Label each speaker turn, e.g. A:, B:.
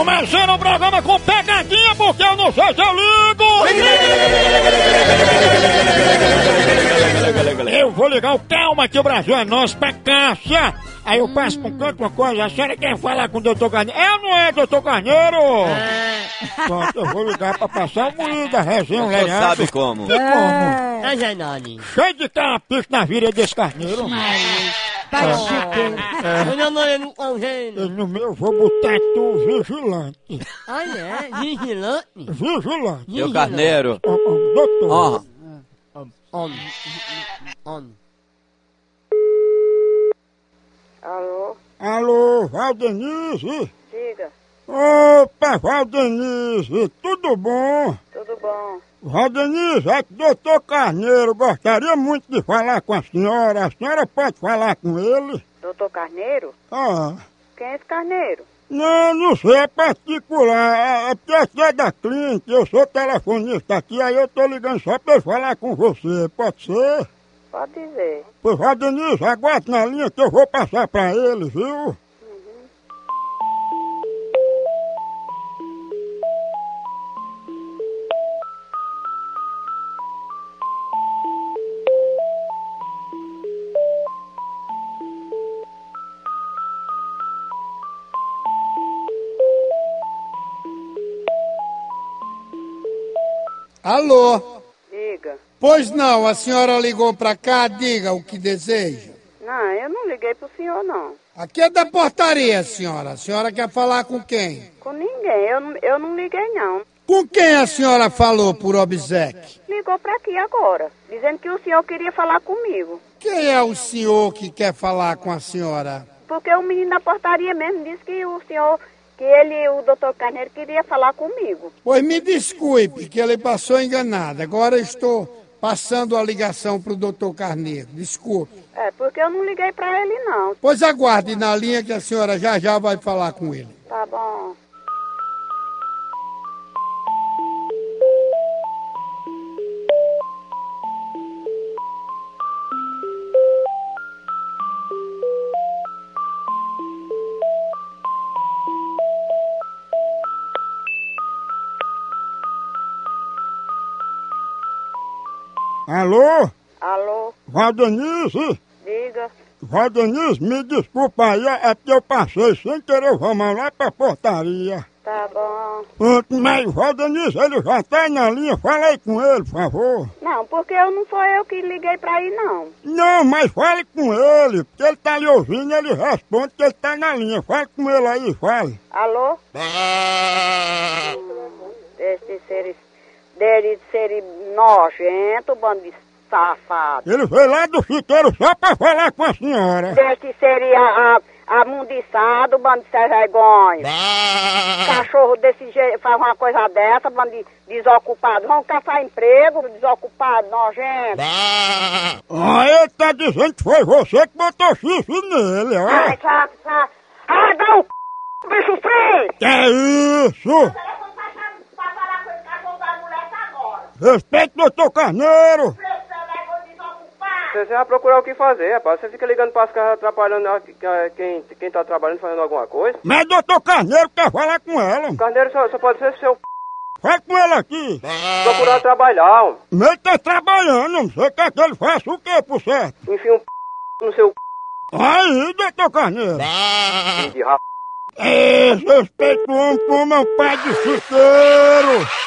A: Começando o programa com pegadinha, porque eu não sei se eu ligo! Eu vou ligar o calma que o Brasil é nosso pra Cássia! Aí eu passo pra um canto uma coisa, a senhora quer falar com o doutor Carneiro? Eu não é, doutor Carneiro! Pronto, eu vou ligar pra passar o moinho da resenha, um
B: Você É. sabe como?
A: E como?
C: Ah, Janone.
A: Cheio de carapito na vira desse carneiro.
D: 哎
C: 哎 O meu nome é Lucão
A: E
C: Gênio.
A: no meu eu vou botar tu vigilante.
C: Olha, é vigilante.
A: Vigilante.
B: Meu carneiro.
A: Ó, ó, doutor.
B: Ó,
C: Homem. Homem.
D: Alô,
A: Alô, Valdenise?
D: diga,
A: Opa, Valdenise, tudo bom?
D: tudo bom?
A: Valdenise, é que o doutor Carneiro gostaria muito de falar com a senhora. A senhora pode falar com ele?
D: Doutor Carneiro?
A: Ah,
D: Quem é esse Carneiro?
A: não, não sei, é particular. É- É porque aqui é da clínica, eu sou telefonista aqui, aí eu tô ligando só pra eu falar com você, pode ser?
D: Pode dizer.
A: Pois, Valdenise, aguarde na linha que eu vou passar pra ele, viu?
E: Alô?
D: Diga.
E: Pois não, a senhora ligou pra cá, diga o que deseja.
D: Não, eu não liguei pro senhor, não.
E: Aqui é da portaria, senhora. A senhora quer falar com quem?
D: Com ninguém, eu, não- eu não liguei, não.
E: Com quem a senhora falou por obsequio?
D: Ligou pra aqui agora, dizendo que o senhor queria falar comigo.
E: Quem é o senhor que quer falar com a senhora?
D: Porque o menino da portaria mesmo disse que o senhor, que ele, o doutor Carneiro, queria falar comigo.
E: Pois me desculpe, que ele passou enganado. Agora eu estou passando a ligação pro doutor Carneiro. Desculpe.
D: É, porque eu não liguei pra ele, não.
E: Pois aguarde na linha que a senhora já já vai falar com ele.
D: Tá bom.
A: Alô?
D: Alô,
A: Valdenise?
D: diga.
A: Valdenise, me desculpa aí, é porque eu passei sem querer, vamos lá pra portaria.
D: Tá bom.
A: Antes, Mas, Valdenise, ele já tá na linha, fala aí com ele, por favor.
D: Não, porque eu não foi eu que liguei pra ir, não.
A: Não, mas fale com ele, porque ele tá lhe ouvindo, ele responde que ele tá na linha. Fale com ele aí, fale.
D: Alô? Desse ser, dele ser nojento, bando de safado.
A: Ele veio lá do chiqueiro só pra falar com a senhora.
D: Desse ser a- a- amundiçado, bando de sem vergonha. Cachorro desse jeito faz uma coisa dessa, bando de desocupado. Vão caçar emprego, desocupado, nojento.
A: Ah, ele tá dizendo que foi você que botou xixi nele,
D: Ai,
A: ó.
D: saca, saca. Ah, dá um c... bicho feio!
A: Que isso?
D: Telefone pra falar com esse cachorro da mulher agora.
A: Respeito o doutor Carneiro.
F: Você vai procurar o que fazer, rapaz. Você fica ligando pras caras atrapalhando a- a- quem, quem tá trabalhando, fazendo alguma coisa.
A: Mas doutor Carneiro quer falar com ela.
F: O carneiro só, só pode ser seu p...
A: Fala com ele aqui.
F: procurar trabalhar. ó.
A: Mas Ele tá trabalhando, você quer que ele faça o quê, por certo?
F: Enfia um p... no seu
A: Aí, doutor Carneiro.
F: c... de rap.
A: É, respeito o homem como é um pai de chuteiro.